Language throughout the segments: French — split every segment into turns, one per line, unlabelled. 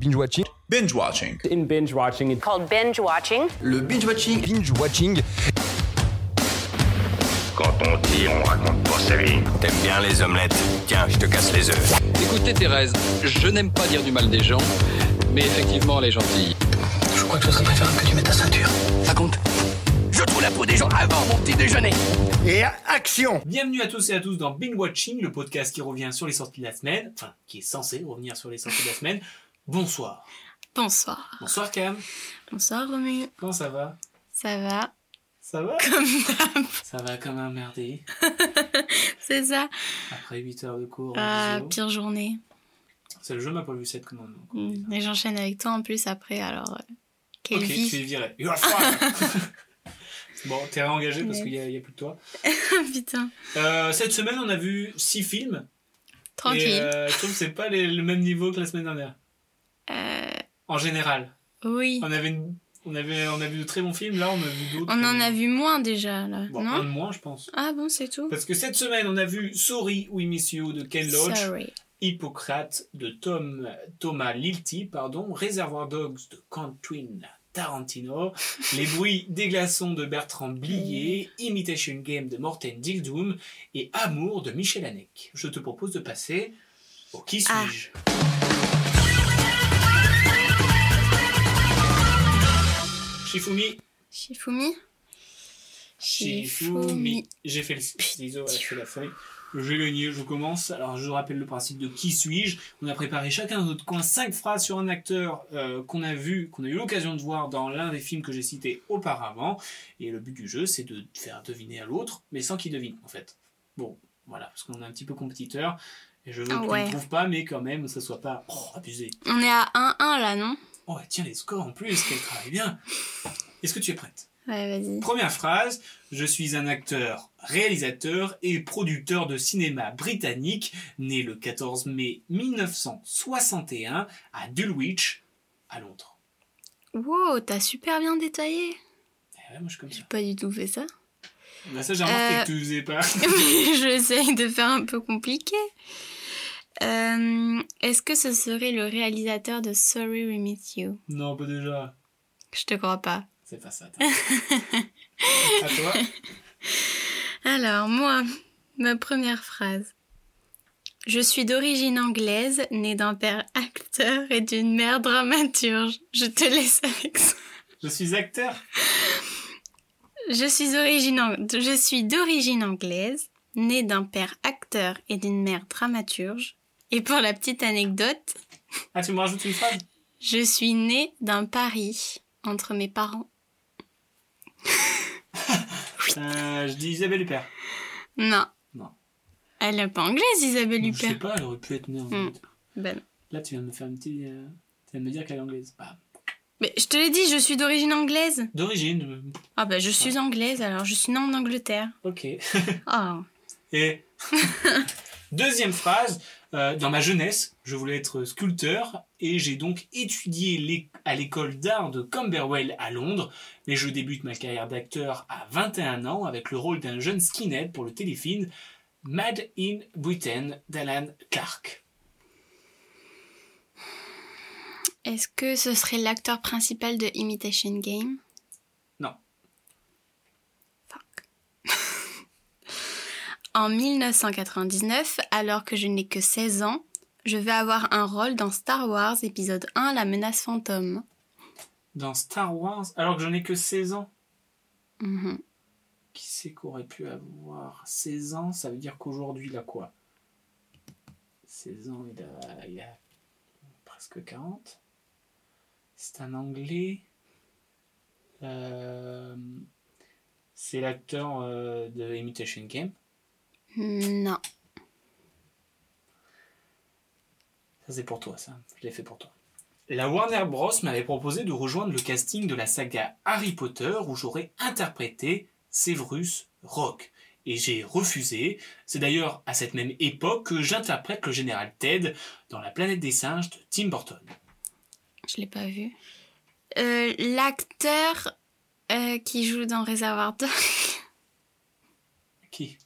Binge watching.
Binge watching.
In binge watching, it
called binge watching.
Le binge watching.
Binge watching.
Quand on dit, on raconte pas sa vie. T'aimes bien les omelettes Tiens, je te casse les œufs.
Écoutez Thérèse, je n'aime pas dire du mal des gens, mais effectivement elle est gentille.
Je crois que ce serait préférable que tu mettes ta ceinture. Raconte.
Je trouve la peau des gens avant mon petit déjeuner.
Et action
Bienvenue à tous et à tous dans Bing Watching, le podcast qui revient sur les sorties de la semaine, enfin qui est censé revenir sur les sorties de la semaine. Bonsoir.
Bonsoir.
Bonsoir Cam.
Bonsoir Romu.
Comment ça va
Ça va
Ça va
Comme d'hab.
Ça va comme un merdé.
C'est ça.
Après 8 heures de cours. en
Ah,
visio.
pire journée.
C'est le jeu m'a pas vu cette commande.
Mm. Et j'enchaîne avec toi en plus après, alors. euh, quelle
ok, tu es
vie.
viré. You are fired. bon, t'es réengagé parce qu'il y, a- il y a plus de toi.
Oh, Putain.
Euh, cette semaine, on a vu 6 films. Et
Tranquille.
euh, je trouve que c'est pas les- le même niveau que la semaine dernière.
Euh,
En général.
oui.
On avait, une- on avait, on a vu de très bons films, là on a vu d'autres. euh,
On en a vu moins déjà, là.
Bon, un
non
de moins, je pense.
Ah bon, c'est tout
Parce que cette semaine, on a vu Sorry We Miss You de Ken Loach,
Sorry.
Hippocrate de Tom, Thomas Lilty, pardon, Réservoir Dogs de Quentin Tarantino, Les bruits des glaçons de Bertrand Blier, Imitation Game de Morten Dildoum et Amour de Michel Haneke. Je te propose de passer au Qui
Ah.
suis-je Shifumi,
Shifumi
Shifumi. J'ai fait le ciseau, elle a fait la feuille. J'ai gagné, je commence. Alors, je rappelle le principe de qui suis-je. On a préparé chacun de notre coin cinq phrases sur un acteur euh, qu'on a vu, qu'on a eu l'occasion de voir dans l'un des films que j'ai cités auparavant. Et le but du jeu, c'est de faire deviner à l'autre, mais sans qu'il devine, en fait. Bon, voilà, parce qu'on est un petit peu compétiteur. Et je veux
Ah
qu'on
ouais.
ne trouve pas, mais quand même, ça soit pas oh, abusé.
On est à 1-1 là, non
Oh, tiens, les scores en plus, qu'elle travaille bien. Est-ce que tu es prête
Ouais, vas-y.
Première phrase, je suis un acteur, réalisateur et producteur de cinéma britannique, né le 14 mai 1961 à Dulwich, à Londres.
Wow, t'as super bien détaillé.
Eh ouais, moi je suis comme ça.
J'ai pas du tout fait ça.
Bah, ça j'ai remarqué
Euh,
que tu faisais pas.
J'essaye de faire un peu compliqué. Euh, Est-ce que ce serait le réalisateur de Sorry We Meet You
Non, pas déjà.
Je te crois pas.
C'est pas ça. t'as- à toi.
Alors, moi, ma première phrase. Je suis d'origine anglaise, née d'un père acteur et d'une mère dramaturge. Je te laisse avec ça.
Je suis acteur.
Je suis d'origine ang- je suis d'origine anglaise, née d'un père acteur et d'une mère dramaturge. Et pour la petite anecdote,
Ah, tu me rajoutes une phrase
Je suis née d'un pari entre mes parents.
Euh, Je dis Isabelle Huppert.
Non.
Non.
Elle n'est pas anglaise, Isabelle
Je sais
Huppert.
pas, elle aurait pu être née en
Hmm.
fait.
Ben non.
Là, tu viens de me faire un petit. euh, Tu viens de me dire qu'elle est anglaise. Bah,
Mais je te l'ai dit, je suis d'origine anglaise.
D'origine. euh,
Ah bah je suis anglaise, alors je suis née en Angleterre.
Ok.
Oh.
Et deuxième phrase, euh, dans ma jeunesse, je voulais être sculpteur et j'ai donc étudié l'é- à l'école d'art de Camberwell à Londres, mais je débute ma carrière d'acteur à 21 ans avec le rôle d'un jeune skinhead pour le téléfilm Mad in Britain d'Alan Clark.
Est-ce que ce serait l'acteur principal de Imitation Game
Non.
Fuck. en 1999, alors que je n'ai que 16 ans, je vais avoir un rôle dans Star Wars épisode 1 La menace fantôme.
Dans Star Wars, alors que je n'ai que 16 ans,
Mhm.
qui c'est qu'aurait pu avoir 16 ans Ça veut dire qu'aujourd'hui, il a quoi 16 ans, il a, il a presque 40. C'est un anglais. Euh, c'est l'acteur euh, de Imitation Game.
Non.
Ça, c'est pour toi, ça. Je l'ai fait pour toi. La Warner Bros. m'avait proposé de rejoindre le casting de la saga Harry Potter où j'aurais interprété Severus Rock. Et j'ai refusé. C'est d'ailleurs à cette même époque que j'interprète le général Ted dans La planète des singes de Tim Burton.
Je l'ai pas vu. Euh, L'acteur euh, qui joue dans Reservoir Dogs,
Qui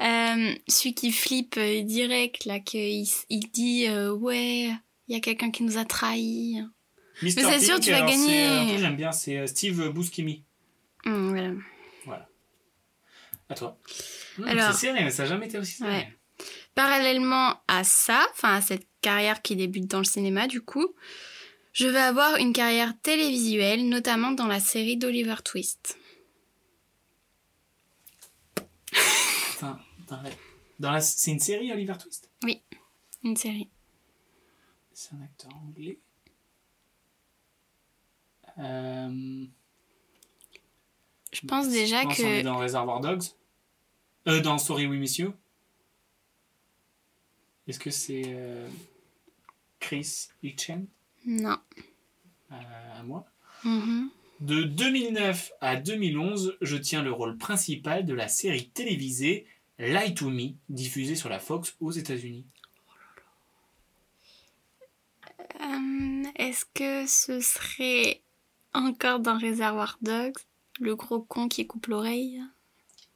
euh, celui qui flippe euh, direct là, qu'il il dit euh, ouais, il y a quelqu'un qui nous a trahis.
Mister
c'est
Pink,
sûr, tu vas
alors, c'est-
gagner.
euh, après, J'aime bien, c'est euh, Steve Buscemi.
Hum, voilà.
À toi. Hmm,
Alors-
C'est serré, mais ça n'a jamais été aussi serré.
Ouais. Parallèlement à ça, enfin à cette carrière qui débute dans le cinéma du coup, je vais avoir une carrière télévisuelle, notamment dans la série d'Oliver Twist.
Putain, putain, ouais. Dans la... C'est une série, Oliver Twist
Une série.
C'est un acteur anglais. Euh,
Je pense déjà
je pense qu'on est
que...
dans Reservoir Dogs. Euh, dans Sorry We Miss You. Est-ce que c'est euh, Chris Hitchen
Non.
euh, à moi
Mhm.
De 2009 à 2011, je tiens le rôle principal de la série télévisée Lie to Me, diffusée sur la Fox aux États-Unis.
Euh, Est-ce que ce serait encore dans Reservoir Dogs Le gros con qui coupe l'oreille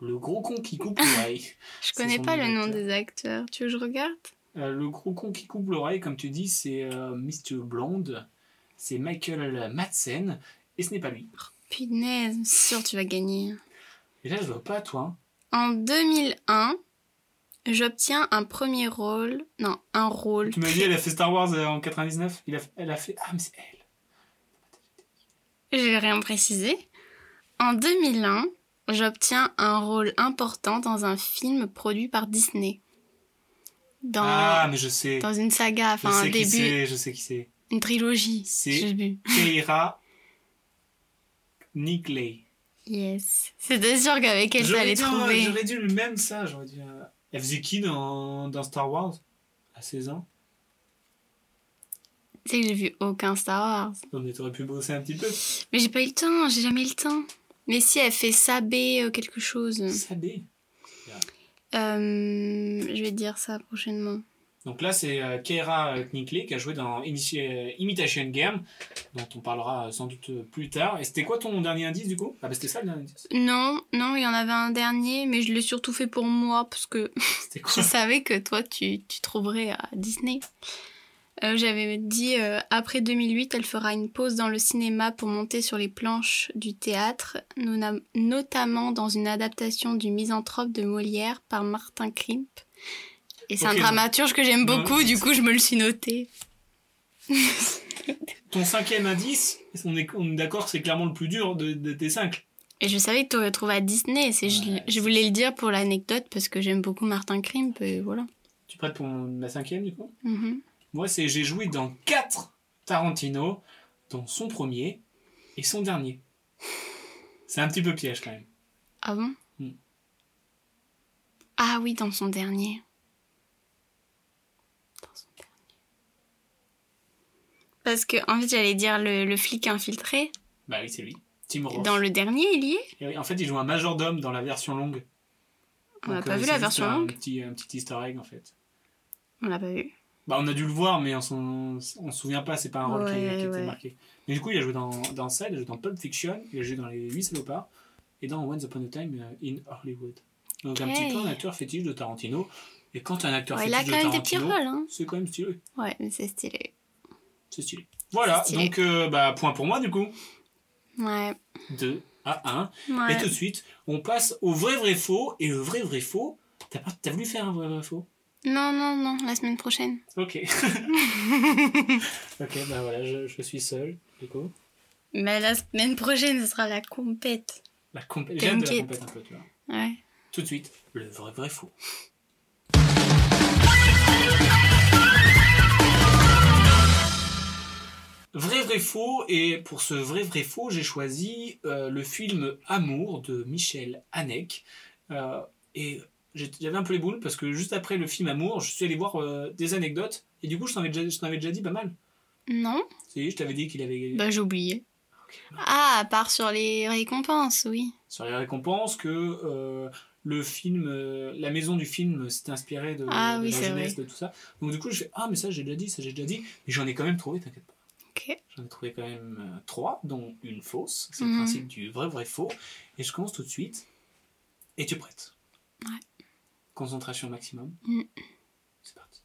Le gros con qui coupe l'oreille.
Je
C'est
connais
son
pas
nom
le nom
d'acteur.
des acteurs. Tu veux que je regarde
Euh, le gros con qui coupe l'oreille, comme tu dis, c'est euh, Mr. Blonde. C'est Michael Madsen. Et ce n'est pas lui.
Punaise, c'est sûr tu vas gagner.
Et là, je vois pas, toi. hein.
En 2001, j'obtiens un premier rôle. Non, un rôle.
Tu m'as dit, elle a fait Star Wars euh, en 99 Il a- Elle a fait. Ah, mais c'est elle.
Je vais rien préciser. En 2001, j'obtiens un rôle important dans un film produit par Disney. Dans,
Ah, mais je sais.
dans une saga,
Je
enfin un
sais qui
début,
c'est. Je sais qui c'est.
une trilogie.
C'est-
J'ai vu.
Keira Nickley.
Yes. C'était sûr qu'avec elle,
J'aurais
t'allais
dû-
trouver.
J'aurais dû le même ça. J'aurais dû. euh, Elle faisait qui dans, dans Star Wars À 16 ans
Tu sais que j'ai vu aucun Star Wars.
On aurait pu bosser un petit peu.
Mais j'ai pas eu le temps, j'ai jamais eu le temps. Mais si, elle fait Sabé euh, quelque chose.
Sabé.
Euh, je vais te dire ça prochainement.
Donc là, c'est euh, Keira euh, Knightley qui a joué dans Initi- euh, Imitation Game, dont on parlera euh, sans doute euh, plus tard. Et c'était quoi ton dernier indice du coup Ah bah c'était ça le dernier indice.
Non, non, il y en avait un dernier, mais je l'ai surtout fait pour moi parce que
C'était
je
quoi
savais que toi, tu, tu trouverais à Disney. Euh, J'avais dit euh, après 2008, elle fera une pause dans le cinéma pour monter sur les planches du théâtre, nona- notamment dans une adaptation du Misanthrope de Molière par Martin Krimp. Et c'est
Ok,
un
donc-
dramaturge que j'aime
Non,
beaucoup, du coup, je me le suis noté.
Ton cinquième indice, on est, on est d'accord, c'est clairement le plus dur de, de tes cinq.
Et je savais que tu aurais trouvé à Disney. C'est, je,
Ouais,
je voulais le dire pour l'anecdote parce que j'aime beaucoup Martin Krimp et voilà.
Tu prêtes pour mon- ma cinquième du coup
Mhm.
Moi, c'est j'ai joué dans quatre Tarantino, dont son premier et son dernier. C'est un petit peu piège quand même.
Ah bon
Mm.
Ah oui, dans son dernier. Dans son dernier. Parce que, en fait, j'allais dire le, le flic infiltré.
Bah oui, c'est lui. Tim Roth.
Dans le dernier, il y est
Et oui, en fait, il joue un majordome dans la version longue.
On n'a
Donc,
pas
euh,
vu
c'est
la
juste
version
un
longue
petit, un petit easter egg en fait.
On l'a pas vu.
Bah, on a dû le voir, mais on s'en- on se souvient pas, c'est pas un rôle qui-
Ouais,
qui, était
ouais.
marqué. Mais du coup, il a joué dans, dans ça, il a joué dans Pulp Fiction, il a joué dans Les 8 salopards, et dans Once Upon a Time euh, in Hollywood. Donc un
Ok.
petit peu un acteur fétiche de Tarantino. Et quand un acteur
Ouais, il a
fétiche
quand
de
même des petits
Tarantino,
rôles, hein.
c'est quand même stylé.
Ouais, mais c'est stylé.
C'est stylé. Voilà,
C'est stylé.
donc euh, bah, point pour moi du coup.
Ouais.
2 à 1. Et
Ouais.
tout de suite, on passe au vrai vrai faux. Et le vrai vrai faux, t'as pas- t'as voulu faire un vrai vrai faux
Non, non, non, la semaine prochaine.
Ok. ok, bah voilà, je, je suis seul du coup.
Mais la semaine prochaine, ce sera la compète.
La compé- J'ai hâte de la
T'inquiète.
compète un peu, tu vois.
Ouais.
Tout de suite, le vrai vrai faux. Vrai vrai faux, et pour ce vrai vrai faux, j'ai choisi euh, le film Amour de Michel Haneck. Euh, et j'ai- j'avais un peu les boules parce que juste après le film Amour, je suis allé voir euh, des anecdotes, et du coup je t'en avais, déjà- je t'en avais déjà dit pas mal.
Non
C'est je t'avais dit qu'il avait
Bah, j'ai oublié. Ah, à part sur les récompenses, oui.
sur les récompenses que euh, le film, euh, la maison du film s'est inspirée de,
Ah
de
oui,
la
c'est
jeunesse, de tout ça. Donc du coup, je fais ah mais ça j'ai déjà dit, ça j'ai déjà dit, mais j'en ai quand même trouvé, t'inquiète pas.
Ok.
J'en ai trouvé quand même euh, trois, dont une fausse. C'est le
Mhm.
principe du vrai vrai faux. Et je commence tout de suite. Et tu es prête
Ouais. Mm.
Concentration maximum.
Mhm.
C'est parti.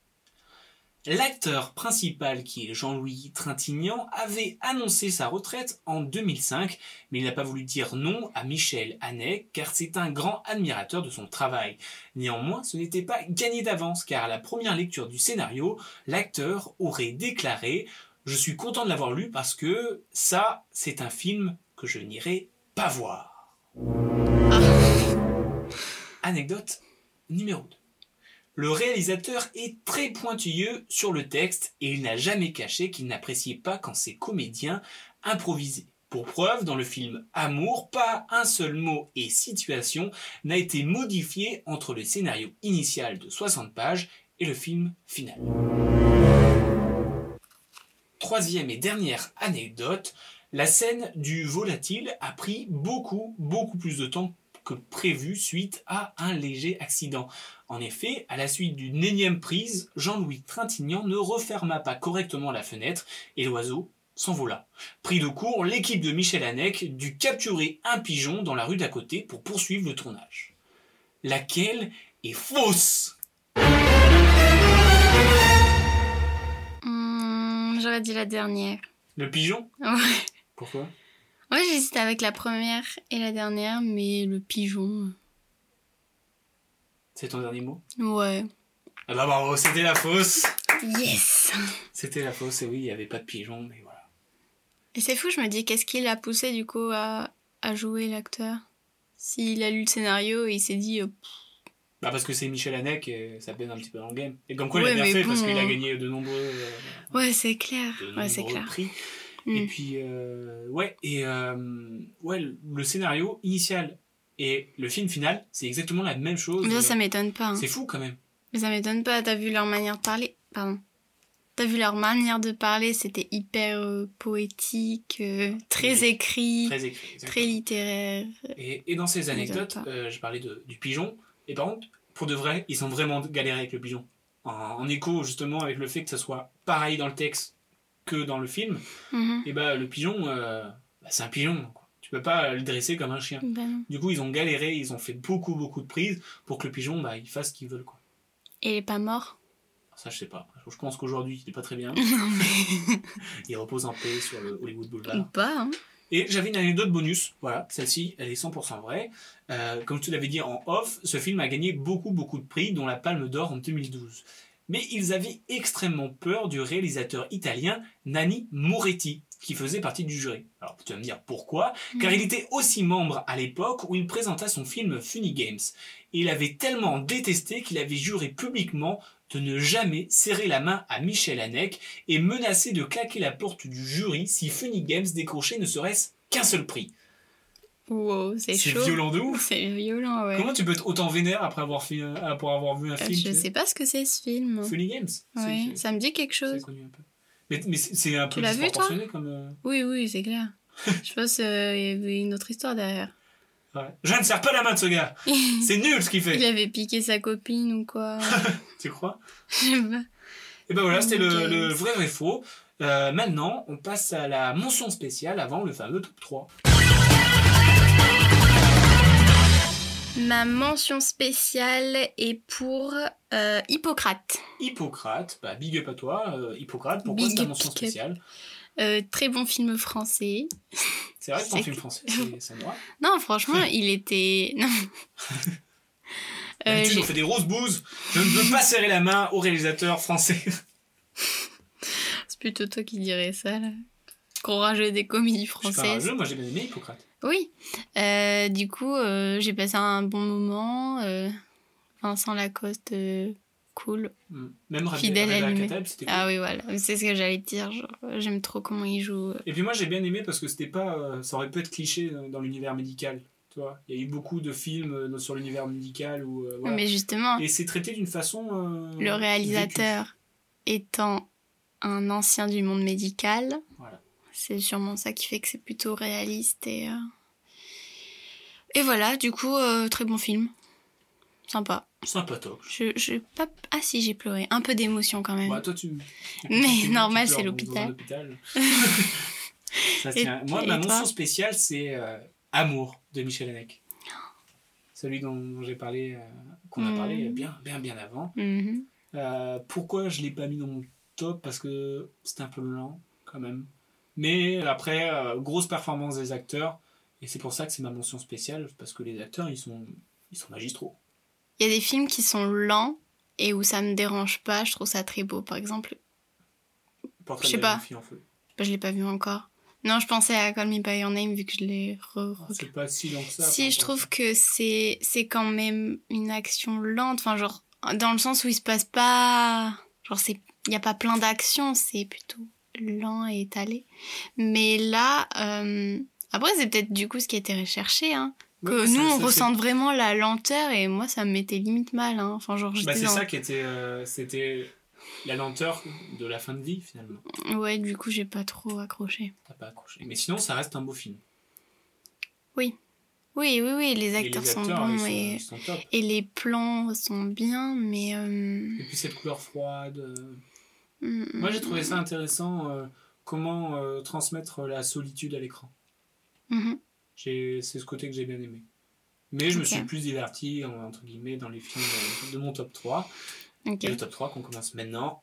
L'acteur principal, qui est Jean-Louis Trintignant, avait annoncé sa retraite en 2005, mais il n'a pas voulu dire non à Michel Hannet, car c'est un grand admirateur de son travail. Néanmoins, ce n'était pas gagné d'avance, car à la première lecture du scénario, l'acteur aurait déclaré Je suis content de l'avoir lu parce que ça, c'est un film que je n'irai pas voir. Anecdote numéro 2. Le réalisateur est très pointilleux sur le texte et il n'a jamais caché qu'il n'appréciait pas quand ses comédiens improvisaient. Pour preuve, dans le film Amour, pas un seul mot et situation n'a été modifié entre le scénario initial de 60 pages et le film final. Troisième et dernière anecdote, la scène du volatile a pris beaucoup, beaucoup plus de temps que prévu suite à un léger accident. En effet, à la suite d'une énième prise, Jean-Louis Trintignant ne referma pas correctement la fenêtre et l'oiseau s'envola. Pris de court, l'équipe de Michel Hanec dut capturer un pigeon dans la rue d'à côté pour poursuivre le tournage. Laquelle est fausse
Hmm, J'aurais dit la dernière.
Le pigeon
Ouais.
Pourquoi
Moi j'hésitais avec la première et la dernière, mais le pigeon.
C'est ton dernier mot
euh, Ouais.
Ah bah bravo, c'était la fausse
Yes
C'était la fausse, et oui, il n'y avait pas de pigeon, mais voilà.
Et c'est fou, je me dis, qu'est-ce qui l'a poussé du coup à, à jouer l'acteur S'il a lu le scénario et il s'est dit. euh,
Bah parce que c'est Michel Hanec, et ça pèse un petit peu dans le game. Et comme quoi il a
Ouais,
bien
mais
fait,
bon,
parce qu'il a
hein.
gagné de nombreux, euh,
Ouais, c'est clair.
de
Ouais, c'est
nombreux
clair.
prix.
Mm.
Et puis, euh, ouais, et euh, ouais, le le scénario initial et le film final, c'est exactement la même chose.
Mais ça, ça m'étonne pas. hein.
c'est fou quand même.
Mais ça m'étonne pas, t'as vu leur manière de parler. Pardon. T'as vu leur manière de parler, c'était hyper euh, poétique, euh, très
Très
écrit,
Très écrit. exactement.
très littéraire.
Et, et dans ces anecdotes,
J'adore pas.
euh, je parlais de, du pigeon. Et par contre, pour de vrai, ils ont vraiment galéré avec le pigeon. En, en écho justement avec le fait que ça soit pareil dans le texte que dans le film,
Mhm.
et bah le pigeon, euh, bah, c'est un pigeon. Quoi. Tu peux pas le dresser comme un chien.
Ben non.
Du coup, ils ont galéré, ils ont fait beaucoup, beaucoup de prises pour que le pigeon, bah, il fasse ce qu'il veut. Quoi.
Et il est pas mort.
Ça, je sais pas. Je pense qu'aujourd'hui, il est pas très bien. il repose en paix sur le Hollywood
Ou
Boulevard.
pas, hein.
Et j'avais une anecdote bonus. Voilà, celle-ci, elle est 100% vraie. Euh, comme je te l'avais dit en off, ce film a gagné beaucoup, beaucoup de prix, dont la Palme d'Or en 2012. Mais ils avaient extrêmement peur du réalisateur italien Nanni Moretti, qui faisait partie du jury. Alors, tu vas me dire pourquoi Car il était aussi membre à l'époque où il présenta son film Funny Games. Et il avait tellement détesté qu'il avait juré publiquement de ne jamais serrer la main à Michel Hanec et menacé de claquer la porte du jury si Funny Games décrochait ne serait-ce qu'un seul prix.
Wow, c'est
C'est
chaud.
violent de ouf.
C'est violent, ouais.
Comment tu peux être autant vénère après avoir, fait, euh, après avoir vu un
Euh,
film
je
tu
sais pas ce que c'est ce film.
Funny Games c'est-
Ouais,
c'est-
ça me dit quelque
c'est
chose.
connu un peu. Mais, mais c'est c'est un
Tu
peu
l'as vu, toi
disproportionné comme. euh,
Oui, oui, c'est clair. je pense qu'il y avait une autre histoire derrière.
ouais. Je ne serre pas la main de ce gars
il
C'est nul ce qu'il fait
avait piqué sa copine ou quoi.
Tu crois
Je sais pas.
Et ben
Mmh,
voilà, c'était le,
Funny
le
Games.
vrai vrai faux. Euh, maintenant, on passe à la mention spéciale avant le fameux top 3.
Ma mention spéciale est pour euh, Hippocrate.
Hippocrate, bah big up à toi, euh, Hippocrate, pourquoi
Big
c'est ta mention
up.
spéciale
Euh, très bon film français.
C'est vrai que ton
C'est
film
que-
français, c'est- c'est moi.
Non, franchement, il était. Non. Euh,
D'habitude,
j'ai-
on fait des roses bouses. Je ne veux pas serrer la main au réalisateur français.
c'est plutôt toi qui dirais ça, là. Qu'on rajoute des comédies
Je suis pas
françaises.
rageux, moi j'ai bien aimé Hippocrate.
Oui. Euh, du coup, euh, j'ai passé un bon moment. euh, Vincent Lacoste, euh, cool.
Mm. Même Rabbi-
Fidèle
Rabbi
allumé.
Alcatel, c'était cool.
Ah oui, voilà. C'est ce que j'allais te dire. genre, euh, J'aime trop comment il joue. euh.
Et puis moi j'ai bien aimé parce que c'était pas, euh, ça aurait pu être cliché dans, dans l'univers médical. Tu vois, il y a eu beaucoup de films euh, sur l'univers médical où euh, voilà.
Ah, Mais justement,
Et c'est traité d'une façon. euh,
le
vécue.
réalisateur étant un ancien du monde médical,
Voilà.
c'est sûrement ça qui fait que c'est plutôt réaliste et euh, et voilà. Du coup, euh, très bon film, sympa.
Sympatoche.
Je, je pas ah si j'ai pleuré, un peu d'émotion quand même.
Bah, toi tu.
Mais
tu- tu
normal,
pleures
c'est
dans-
l'hôpital.
dans un hôpital. Ça se
Et-
tient. Moi
et
ma
toi
mention spéciale c'est euh, Amour de Michel Hanec. Celui dont, dont j'ai parlé, euh, qu'on a
Mm.
parlé bien, bien, bien avant.
Mhm.
Euh, pourquoi je l'ai pas mis dans mon top parce que c'était un peu lent quand même. Mais après, euh, grosse performance des acteurs. Et c'est pour ça que c'est ma mention spéciale parce que les acteurs, ils sont, ils sont magistraux.
Il y a des films qui sont lents et où ça me dérange pas, je trouve ça très beau. Par exemple,
Portrait
Je sais
de la jeune
pas.
fille en feu.
bah, je l'ai pas vu encore. Non, je pensais à Call Me By Your Name vu que je l'ai re
Ah, C'est pas si lent que ça.
Si,
par
je
contre.
trouve que c'est c'est quand même une action lente, enfin genre dans le sens où il se passe pas genre c'est il y a pas plein d'actions, c'est plutôt lent et étalé. Mais là euh, après c'est peut-être du coup ce qui a été recherché hein.
Ouais,
que
c'est-
nous on
c'est-
ressente vraiment la lenteur et moi ça me mettait limite mal hein. Enfin genre
c'est- Bah,
j'étais
c'est
dans-
ça qui était. euh, c'était la lenteur de la fin de vie finalement.
ouais, du coup j'ai pas trop accroché.
T'as pas accroché. Mais sinon, ça reste un beau film.
Oui, oui oui, les
Et
acteurs,
les acteurs
sont bons
ils, sont,
et
ils sont top.
et les plans sont bien mais euh,
Et puis cette couleur froide. euh,
hmm,
Moi, j'ai trouvé ça intéressant. euh, comment euh, transmettre la solitude à l'écran.
mhm.
J'ai- C'est ce côté que j'ai bien aimé. Mais je me
Ok.
suis plus diverti, en- entre guillemets, dans les films euh, de mon top 3.
mm. Ok.
Et le top 3 qu'on commence maintenant.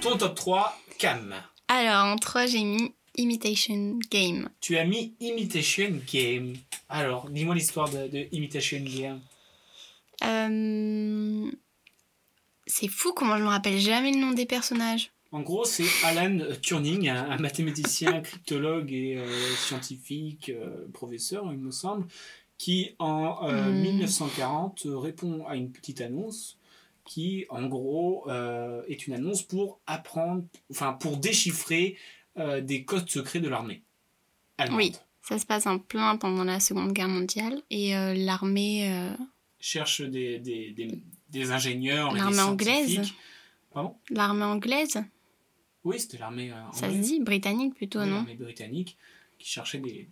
Ton top 3, Cam.
Alors, en 3, j'ai mis Imitation Game.
Tu as mis Imitation Game. Alors, dis-moi l'histoire de, de Imitation Game.
Euh, C'est fou comment je me rappelle jamais le nom des personnages.
En gros, c'est Alan Turing, un, un mathématicien, cryptologue et euh, scientifique, euh, professeur, il me semble, qui en euh,
Hmm.
1940 euh, répond à une petite annonce qui, en gros, euh, est une annonce pour apprendre, enfin, pour déchiffrer euh, des codes secrets de l'armée allemande.
Oui. Ça se passe en plein pendant la Seconde Guerre mondiale et euh, l'armée. euh,
Cherche des, des, des, des ingénieurs. et des
L'armée anglaise
scientifiques. Pardon
L'armée anglaise,
Oui, c'était l'armée euh,
ça se
anglaise.
dit britannique plutôt,
Oui,
non
l'armée britannique qui cherchait des,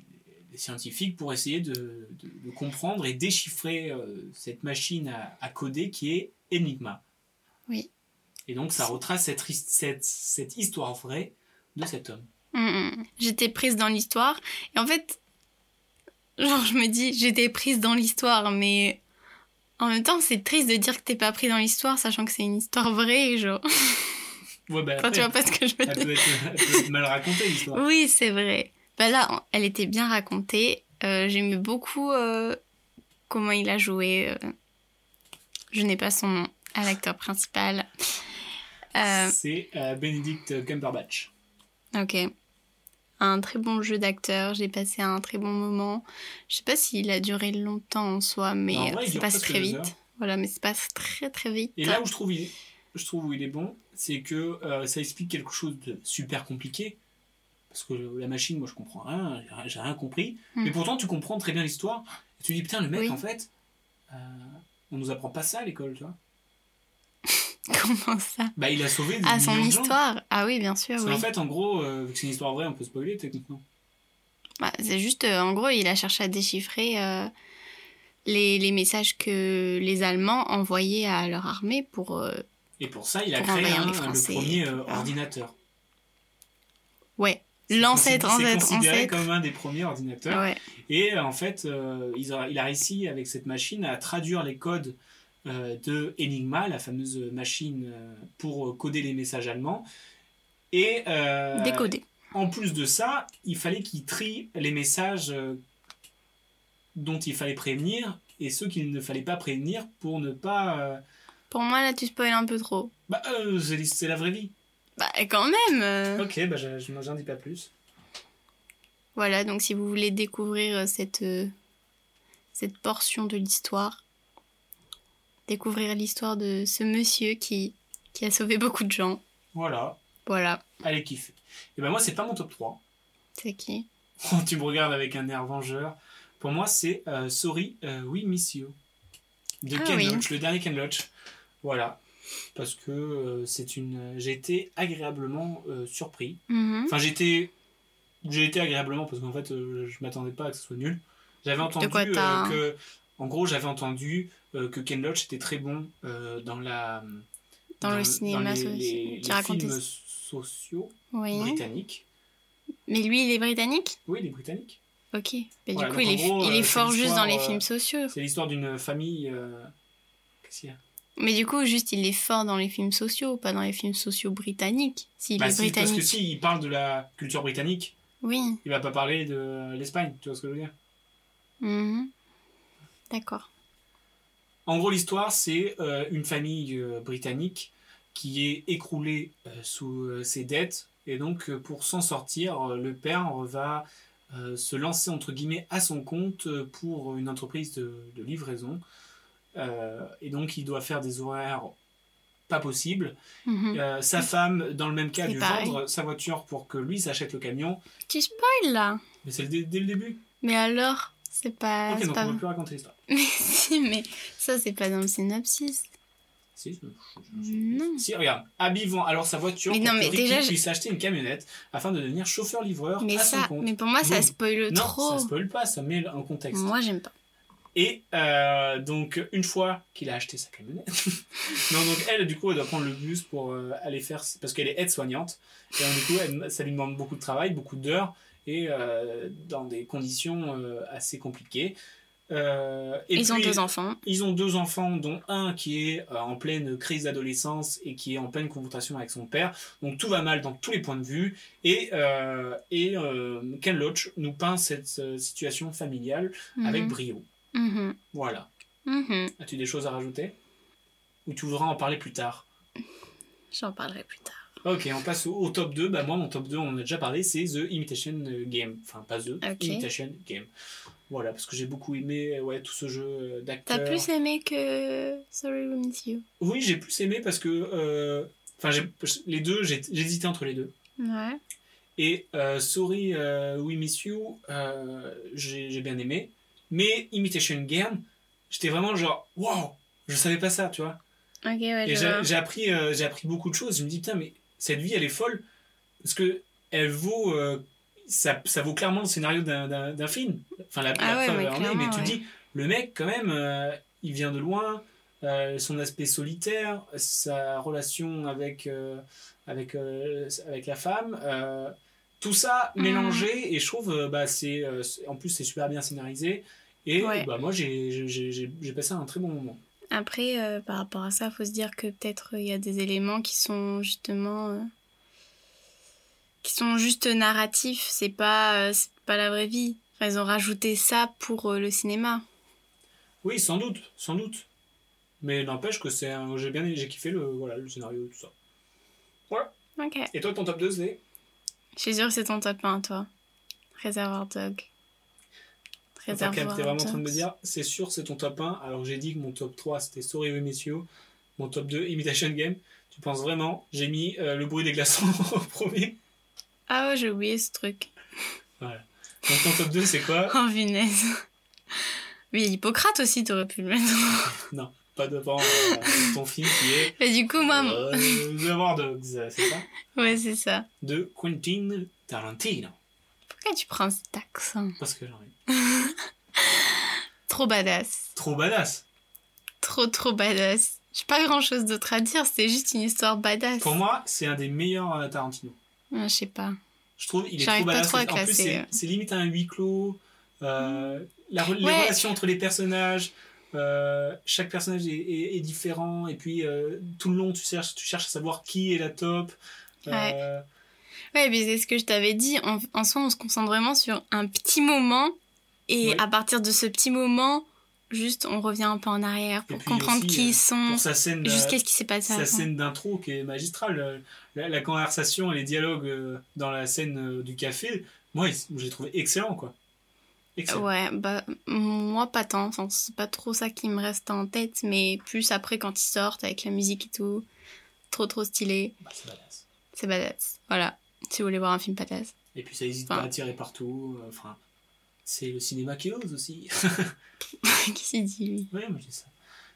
des scientifiques pour essayer de, de- de comprendre et déchiffrer euh, cette machine à, à coder qui est Enigma.
Oui.
Et donc ça retrace cette, his- cette, cette histoire vraie de cet homme.
Mm, mm. J'étais prise dans l'histoire et en fait, genre, je me dis, j'étais prise dans l'histoire, mais en même temps, c'est triste de dire que t'es pas pris dans l'histoire, sachant que c'est une histoire vraie, genre.
Ouais, ben
Enfin, tu vois pas ce que je veux
elle,
dire.
peut être, elle peut être mal racontée l'histoire.
Oui, c'est vrai. Bah là, on- elle était bien racontée. Euh, J'aimais beaucoup euh, comment il a joué. euh, je n'ai pas son nom à l'acteur principal. Euh,
C'est euh, Benedict Cumberbatch.
ok. Un très bon jeu d'acteur. J'ai passé un très bon moment. Je sais pas s'il a duré longtemps en soi, mais
En vrai, il
euh, ça
dure
passe
presque
très
deux
vite.
heures.
Voilà, mais ça passe très très vite.
Et là où je trouve, il, je trouve où il est bon, c'est que euh, ça explique quelque chose de super compliqué. Parce que la machine, moi je comprends rien, j'ai rien- j'ai rien compris.
Mm.
Mais pourtant, tu comprends très bien l'histoire. Et tu dis, putain, le mec,
Oui.
en fait, euh, on nous apprend pas ça à l'école, tu vois.
Comment ça
Bah, il a sauvé des
Ah, son
millions de gens.
histoire Ah oui, bien sûr,
Parce
oui.
qu'en fait, en gros, euh, vu que c'est une histoire vraie, on peut spoiler techniquement.
Bah, c'est juste, euh, en gros, il a cherché à déchiffrer euh, les, les messages que les Allemands envoyaient à leur armée pour... euh,
Et pour ça, il a
Pour
créé
envahir
un-
les
le
Français.
premier euh,
Ah.
ordinateur.
Ouais,
C'est
l'ancêtre,
considéré-
ancêtre,
C'est considéré
ancêtre.
comme un des premiers ordinateurs.
Ouais.
Et euh, en fait, euh, ils ont- il a réussi avec cette machine à traduire les codes euh, de Enigma, la fameuse machine euh, pour euh, coder les messages allemands. Et euh,
Décodé.
en plus de ça, il fallait qu'il trie les messages euh, dont il fallait prévenir et ceux qu'il ne fallait pas prévenir pour ne pas. euh,
Pour moi, là, tu spoil un peu trop.
Bah, euh, c'est c'est la vraie vie.
Bah, quand même euh,
Ok, bah, je- je n'en dis pas plus.
Voilà, donc si vous voulez découvrir euh, cette, euh, cette portion de l'histoire, découvrir l'histoire de ce monsieur qui, qui a sauvé beaucoup de gens,
Voilà,
voilà,
allez kiffer. Et ben moi, c'est pas mon top 3.
c'est qui
tu me regardes avec un air vengeur. Pour moi, c'est euh, Sorry, euh, We Miss You. De
Ah
Ken
oui.
Loach, le dernier Ken Loach. Voilà. Parce que euh, c'est une. J'ai été agréablement euh, surpris.
Mhm.
Enfin, j'étais. J'ai été agréablement parce qu'en fait, euh, je m'attendais pas à que ce soit nul. J'avais entendu
quoi
euh,
t'as-
que. En gros, j'avais entendu euh, que Ken Loach était très bon euh, dans la.
Dans le cinéma
les,
soci-
les-
qui
les
racontait-
films sociaux
Oui.
britanniques.
Mais lui, il est britannique
Oui, les britanniques.
Ok, mais
Voilà, donc
du coup, il
en
est,
gros,
il
euh,
est
c'est
fort juste dans les
l'histoire, euh,
films sociaux.
C'est l'histoire d'une famille. euh, Qu'est-ce qu'il y a
Mais du coup, juste, il est fort dans les films sociaux, pas dans les films sociaux britanniques. S'il
Bah
est
si, parce
britannique.
que si, il parle de la culture britannique,
Oui.
il va pas parler de l'Espagne, tu vois ce que je veux dire
Mhm. D'accord.
En gros, l'histoire, c'est euh, une famille euh, britannique qui est écroulée euh, sous euh, ses dettes. Et donc, euh, pour s'en sortir, euh, le père va euh, se lancer, entre guillemets, à son compte euh, pour une entreprise de, de livraison. Euh, et donc, il doit faire des horaires pas possibles.
Mhm.
Euh, sa femme, dans le même cas,
C'est
lui
pareil.
vendre sa voiture pour que lui s'achète le camion.
Tu spoil là
Mais c'est le dé- dès le début.
Mais alors C'est pas.
ok,
Ah, c'est
donc
pas...
on ne peut plus raconter l'histoire.
Mais si, mais ça, c'est pas dans le synopsis.
Si, je- je- je-
Non.
Si, regarde, Abby vend alors sa voiture
Mm. Mais
pour
non,
que
mais
Ricky
déjà, je-
puisse acheter une camionnette afin de devenir chauffeur-livreur
Mais
à son
ça,
compte.
mais pour moi, ça
Boum.
spoil
non,
trop.
ça spoil pas, ça met un contexte.
Moi, j'aime pas.
Et euh, donc, une fois qu'il a acheté sa camionnette, non, donc elle, du coup, elle doit prendre le bus pour euh, aller faire, parce qu'elle est aide-soignante, et donc, du coup, elle- ça lui demande beaucoup de travail, beaucoup d'heures, et euh, dans des conditions euh, assez compliquées. Euh, et
Ils ont
puis-
deux enfants.
ils ont deux enfants, dont un qui est euh, en pleine crise d'adolescence et qui est en pleine confrontation avec son père. Donc tout va mal dans tous les points de vue. Et, euh, et euh, Ken Loach nous peint cette euh, situation familiale avec
Mhm.
brio.
Mhm.
Voilà.
Mhm.
As-tu des choses à rajouter Ou tu voudras en parler plus tard
J'en parlerai plus tard.
Ok, on passe au, au top 2. Bah, moi, mon top 2, on en a déjà parlé, c'est The Imitation Game. Enfin, pas The,
Ok.
Imitation Game. Voilà, parce que j'ai beaucoup aimé euh, ouais, tout ce jeu euh, d'acteurs.
T'as plus aimé que Sorry We Miss You.
Oui, j'ai plus aimé parce que. euh, Enfin, j'ai- les deux, j'ai j'ai hésité entre les deux.
Ouais.
Et euh, Sorry, euh, We Miss You, euh, j'ai j'ai bien aimé. Mais Imitation Game, j'étais vraiment genre, wow, je savais pas ça, tu vois.
Ok, ouais,
Et
je vois.
j'ai j'ai appris, euh, j'ai appris beaucoup de choses. Je me dis, putain, mais cette vie, elle est folle. Parce que elle vaut. euh, ça, ça vaut clairement le scénario d'un- d'un d'un film. Enfin, la,
Ah
la
ouais,
preuve en
mais
est, mais
clairement,
tu te
ouais.
dis, le mec, quand même, euh, il vient de loin. euh, son aspect solitaire, sa relation avec, euh, avec, euh, avec la femme, euh, tout ça
Mhm.
mélangé, et je trouve, euh, bah, c'est, euh, c'est- en plus, c'est super bien scénarisé. Et
Ouais.
bah, moi, j'ai- j'ai- j'ai j'ai- j'ai passé un très bon moment.
Après, euh, par rapport à ça, faut se dire que peut-être euh, il y a des éléments qui sont justement. euh, qui sont juste narratifs. C'est pas, euh, c'est pas la vraie vie. Enfin, ils ont rajouté ça pour euh, le cinéma.
Oui, sans doute, sans doute. Mais n'empêche que c'est un... j'ai bien j'ai kiffé le voilà, le scénario tout ça.
Ok.
Et toi ton top 2 c'est
Je suis sûre que c'est ton top 1, toi. Réservoir Dog.
Attends,
Réservoir
Cam, t'es vraiment en train de me
Dogs.
dire c'est sûr c'est ton top 1 alors que j'ai dit que mon top 3 c'était Sorry We Miss You, mon top 2 Imitation Game. Tu penses vraiment J'ai mis euh, le bruit des glaçons au premier.
Ah ouais, j'ai oublié ce truc.
Donc ton top 2 c'est quoi
Oh, punaise. Mais Hippocrate aussi, t'aurais pu le mettre.
Pas devant euh, ton film qui est
Mais du coup, moi. mon-
euh, The War Dogs, c'est ça
Ouais, c'est ça.
De Quentin Tarantino
Pourquoi tu prends cet accent
parce que j'en ai
Trop badass.
trop badass.
Trop, trop badass. J'ai pas grand chose d'autre à dire, c'est juste une histoire badass.
Pour moi, c'est un des meilleurs euh, Tarantino.
Ouais, je sais pas.
Je trouve il est
J'arrive
trop
pas
badass.
trop à
en plus,
classer,
c'est-
euh.
c'est limite un huis clos. Euh, la re- Les
Ouais.
relations entre les personnages. euh, chaque personnage est, est- est différent. Et puis, euh, tout le long, tu cherches, tu cherches à savoir qui est la top. Euh,
Ouais, mais c'est ce que je t'avais dit. En, en soi, on se concentre vraiment sur un petit moment. Et
Ouais.
à partir de ce petit moment, juste, on revient un peu en arrière pour
puis
comprendre
aussi,
qui
euh,
ils sont,
Pour sa scène, euh,
Mmh. jusqu'à ce qui s'est passé
sa
avant.
scène d'intro qui est magistrale. euh, La, la conversation et les dialogues euh, dans la scène euh, du café, moi, ils- j'ai trouvé excellent, quoi. Excellent.
Ouais, bah, moi, pas tant. Enfin, c'est pas trop ça qui me reste en tête, mais plus après quand ils sortent avec la musique et tout. Trop, trop stylé.
Bah, c'est badass.
C'est badass. Voilà. Si vous voulez voir un film badass.
Et puis, ça hésite
Enfin.
pas à tirer partout. euh, Enfin, c'est le cinéma qui ose aussi.
Qu'est-ce qu'il dit, lui
Oui, moi je dis ça.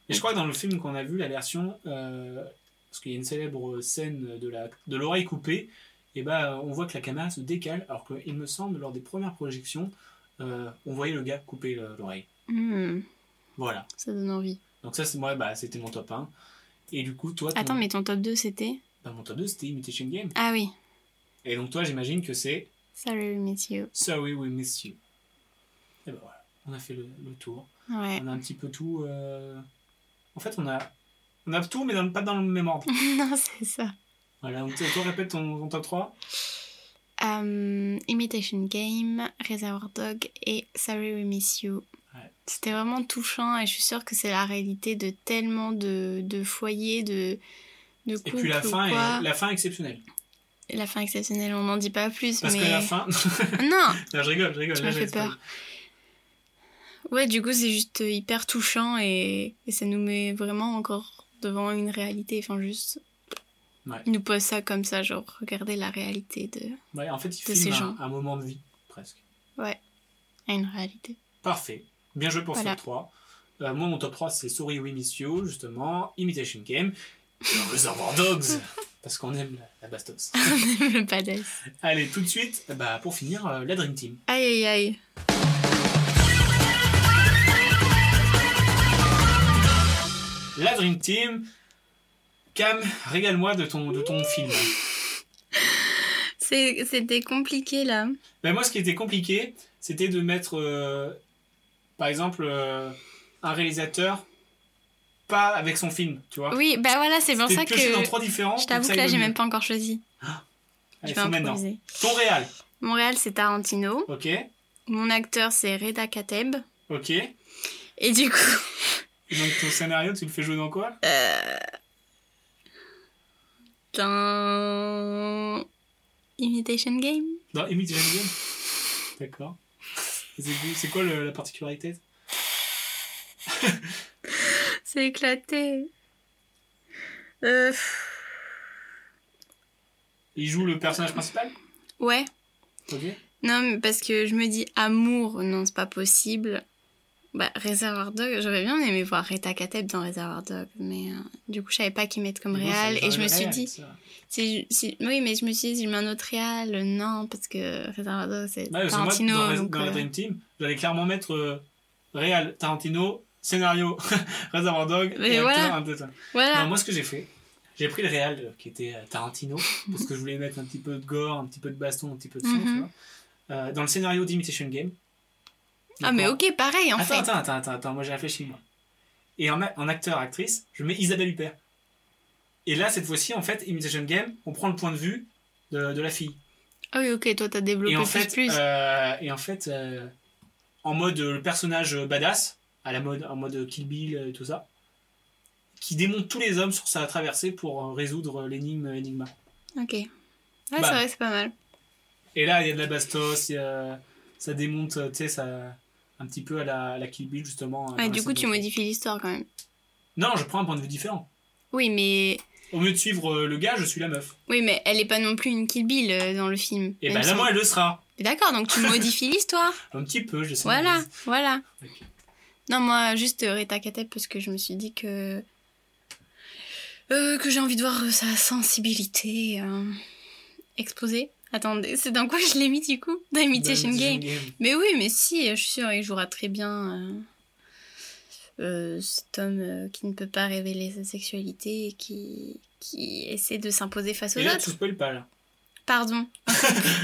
Mais je crois que dans le film qu'on a vu, la version, euh, parce qu'il y a une célèbre scène de la de l'oreille coupée, et ben on voit que la caméra se décale, alors qu'il me semble lors des premières projections, euh, on voyait le gars couper le- l'oreille.
Hmm,
Voilà.
Ça donne envie.
Donc ça c'est moi, bah c'était mon top 1. Et du coup toi, ton-
Attends, mais ton top 2, c'était
bah, mon top 2 c'était Imitation Game.
Ah oui.
Et donc toi j'imagine que c'est
Sorry, we miss you.
Sorry We Miss You. Et ben voilà, on a fait le, le tour.
Ouais.
On a un petit peu tout. euh, En fait on a On a tout, mais dans- pas dans le même ordre.
non, c'est ça.
Voilà, donc toi, répète ton, ton top 3.
Euh, Imitation Game, Reservoir Dog et Sorry We Miss You.
Ouais.
C'était vraiment touchant et je suis sûre que c'est la réalité de tellement de, de foyers, de, de
Et
couples.
puis la
ou
fin,
quoi.
est, la fin exceptionnelle.
La fin exceptionnelle, on n'en dit pas plus.
Parce
mais...
que la fin.
Non
non, je rigole, je rigole.
Tu
là,
m'as fait
j'avais
peur. Ouais, du coup, c'est juste euh, hyper touchant et, et ça nous met vraiment encore devant une réalité. Enfin, juste.
Ouais.
Il nous pose ça comme ça, genre, regardez la réalité de.
Ouais, en fait, il
De
filme
ces
un-
gens.
un moment de vie, presque.
à une réalité.
Parfait. Bien joué pour
Voilà.
ce top 3. Euh, moi, mon top 3, c'est Sorry We Miss You, justement, Imitation Game, et Reservoir Dogs, parce qu'on aime la, la bastos.
Le badass.
Allez, tout de suite, bah, pour finir, euh, la Dream Team.
Aïe aïe aïe.
La Dream Team, Cam, régale-moi de ton, de ton film.
C'est- C'était compliqué là.
Ben, moi, ce qui était compliqué, c'était de mettre, euh, par exemple, euh, un réalisateur pas avec son film, tu vois.
Oui, bah voilà, c'est pour
T'es
ça que.
pioché dans trois différents.
Je
donc
t'avoue
ça
que là,
évolue.
j'ai même pas encore choisi.
Allez,
Je vais
faut maintenant.
improviser.
Ton réal,
Montréal, c'est Tarantino.
ok,
Mon acteur, c'est Reda Kateb.
ok. Et
Et du coup,
donc ton scénario, tu le fais jouer dans quoi
dans. Imitation Game
Dans Imitation Game D'accord. C'est c'est quoi le- la particularité
C'est éclaté. Euh, pff,
Il joue le personnage principal
ouais.
Ok.
Non, mais parce que je me dis amour, non, c'est pas possible. Bah, Reservoir Dog, j'aurais bien aimé voir Rita Kateb dans Reservoir Dog, mais euh, du coup, je savais pas qui mettre comme réal, et je me suis dit, si, je- si- oui, mais je me suis dit, si je mets un autre réal, euh, non, parce que Reservoir Dog, c'est
Bah, parce que moi,
Tarantino,
dans, la-
donc,
dans la
euh,
Dream Team, j'allais clairement mettre euh, Réal, Tarantino, scénario, Reservoir Dog,
Mais
et
voilà.
acteur, un peu ça.
voilà.
Non, moi, ce que j'ai fait, j'ai pris le Réal euh, qui était euh, Tarantino, parce que je voulais mettre un petit peu de gore, un petit peu de baston, un petit peu de sang,
Mhm.
tu vois. Euh, dans le scénario d'Imitation Game.
ah, mais
D'accord.
ok, pareil, en
attends,
fait.
attends, attends, attends, attends, moi j'ai réfléchi, moi. Et en, a- en acteur, actrice, je mets Isabelle Huppert. Et là, cette fois-ci, en fait, Imitation Game, on prend le point de vue de, de la fille.
Ah oui, ok, toi, t'as développé
Et en,
plus,
fait,
plus.
euh, et en fait, euh, en mode euh, le personnage badass, à la mode, en mode Kill Bill euh, et tout ça, qui démonte tous les hommes sur sa traversée pour euh, résoudre euh, l'énigme Enigma.
Ok. Ouais,
bah.
c'est vrai, c'est pas mal.
Et là, il y a de la bastos, il y a- ça démonte, euh, tu sais, ça un petit peu à la, à la Kill Bill, justement. euh,
Ouais,
dans
Ah, du
la
coup,
scène
tu
de-
modifies l'histoire quand même.
Non, je prends un point de vue différent.
Oui, mais
Au lieu de suivre euh, le gars, je suis la meuf.
Oui, mais elle est pas non plus une Kill Bill euh, dans le film.
Et
Même
ben
si
là,
on-
moi, elle le sera.
D'accord, donc tu modifies l'histoire.
Un petit peu, je sais.
voilà, voilà.
Ok.
Non, moi, juste euh, Rita Kateb, parce que je me suis dit que. euh, que j'ai envie de voir euh, sa sensibilité euh, exposée. Attendez, c'est dans quoi je l'ai mis du coup Dans Imitation Game. Mais oui, mais si, euh, je suis sûre, il jouera très bien euh, euh, cet homme euh, qui ne peut pas révéler sa sexualité et qui, qui essaie de s'imposer face aux
Et là,
autres.
tu spoil pas, là.
Pardon,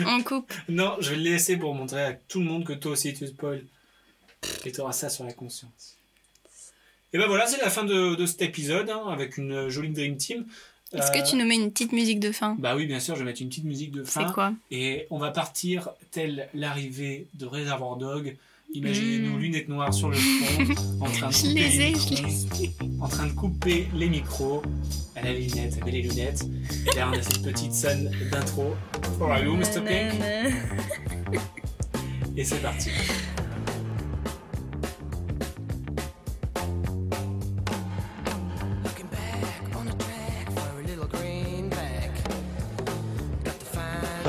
on coupe.
Non, je vais le laisser pour montrer à tout le monde que toi aussi, tu spoil. Et t'auras ça sur la conscience. Et ben voilà, c'est la fin de, de cet épisode, hein, avec une jolie Dream Team.
Est-ce
Euh,
que tu nous mets une petite musique de fin
Bah oui, bien sûr, je vais mettre une petite musique de fin.
C'est quoi
Et on va partir telle l'arrivée de Reservoir Dog. Imaginez-nous
Mm.
lunettes noires sur le front, en train de
Je
couper
les ai,
les
je
micros, en train de couper les micros. Elle a les lunettes, elle met les lunettes. Et là, on a cette petite scène d'intro. How are you, Mr. Pink? Et c'est parti.
Looking back on the track for a little greenback. Got to find
Je